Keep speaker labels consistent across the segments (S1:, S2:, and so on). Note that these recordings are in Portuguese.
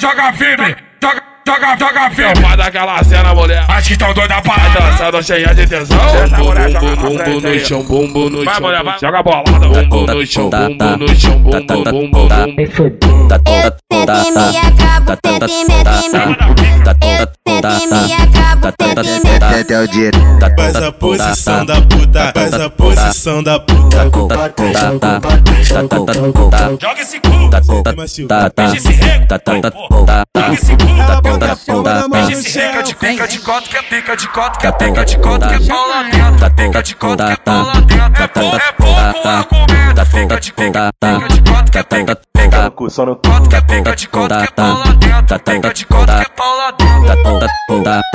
S1: joga firme, joga, joga, joga firme.
S2: Chamada aquela cena, mulher.
S1: Acho que tão doido da
S2: Vai
S1: parada.
S2: dançando cheia de tesão.
S3: Senta, mulher, joga pra
S2: Bumbo
S3: frente
S2: no
S3: aí.
S2: chão, é um bumbo no
S3: Vai,
S2: chão.
S3: mulher, vai. Tá,
S2: Joga bolada, bumbo no chão, bumbo no chão, bumbo, bumbo, é um bumbo.
S4: Eu tento e me acabo, tento e meto e me- Eu tento e me acabo, tento e meto e me-
S5: Até o dia.
S6: Faz a posição da puta, faz a posição da puta.
S1: Joga esse cu, mexe esse rego. Joga esse cu,
S6: é
S1: mexe esse rego. de pica de coto, que é pica de coto, que é pica de coto, que é pau lá dentro. Pica de coto, que é pau lá dentro. É pouco, é pouco argumento. Pica de pica, pica de coto, que é pica, pica. Coto, que é pica de coto, que é pau lá dentro. Pica de coto, que é pau lá dentro.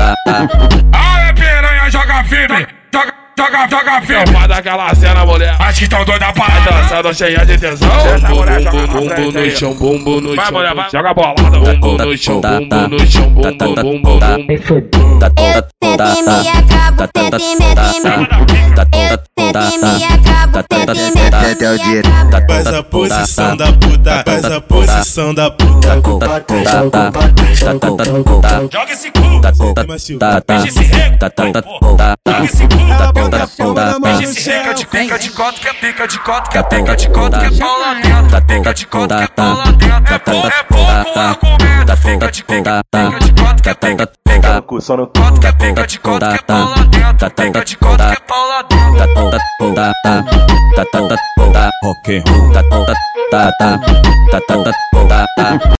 S1: Aê, piranha, joga firme, joga, joga, joga firme.
S2: Chamada aquela cena, mulher.
S1: Acho que tão doido da
S2: Vai
S1: parada.
S2: dançando cheia de tesão.
S3: Senta,
S2: Bumbo,
S3: mulher, joga
S2: bumbo,
S3: pra
S2: bumbo
S3: frente
S2: no
S3: aí.
S2: chão, bumbo no
S3: Vai,
S2: chão.
S3: mulher, vai.
S2: Joga bolada,
S1: é
S2: bumbo no chão, bumbo no chão, bumbo, bumbo, bumbo.
S4: Eu tento e me acabo, tento e meto e me- Eu tento e me acabo, tento e meto e
S5: Até o
S4: me
S5: dia.
S4: acabo.
S6: Faz a posição da puta, faz a posição da puta.
S1: Tá, Joga esse cu,
S6: Macio.
S1: mexe esse rego. Joga esse cu, Tá, mexe esse rego. de pica de coto, que é pica de coto, que é tá, pica de coto, que é pau lá dentro. Pica de coto, que é pau lá dentro. É pouco, é pouco argumento. Pica de pica, pica de coto, que é pica, pica. Coto, que é pica de coto, que é pau lá dentro. Pica de coto, que é pau lá dentro. é Tá, tá.
S7: Ok.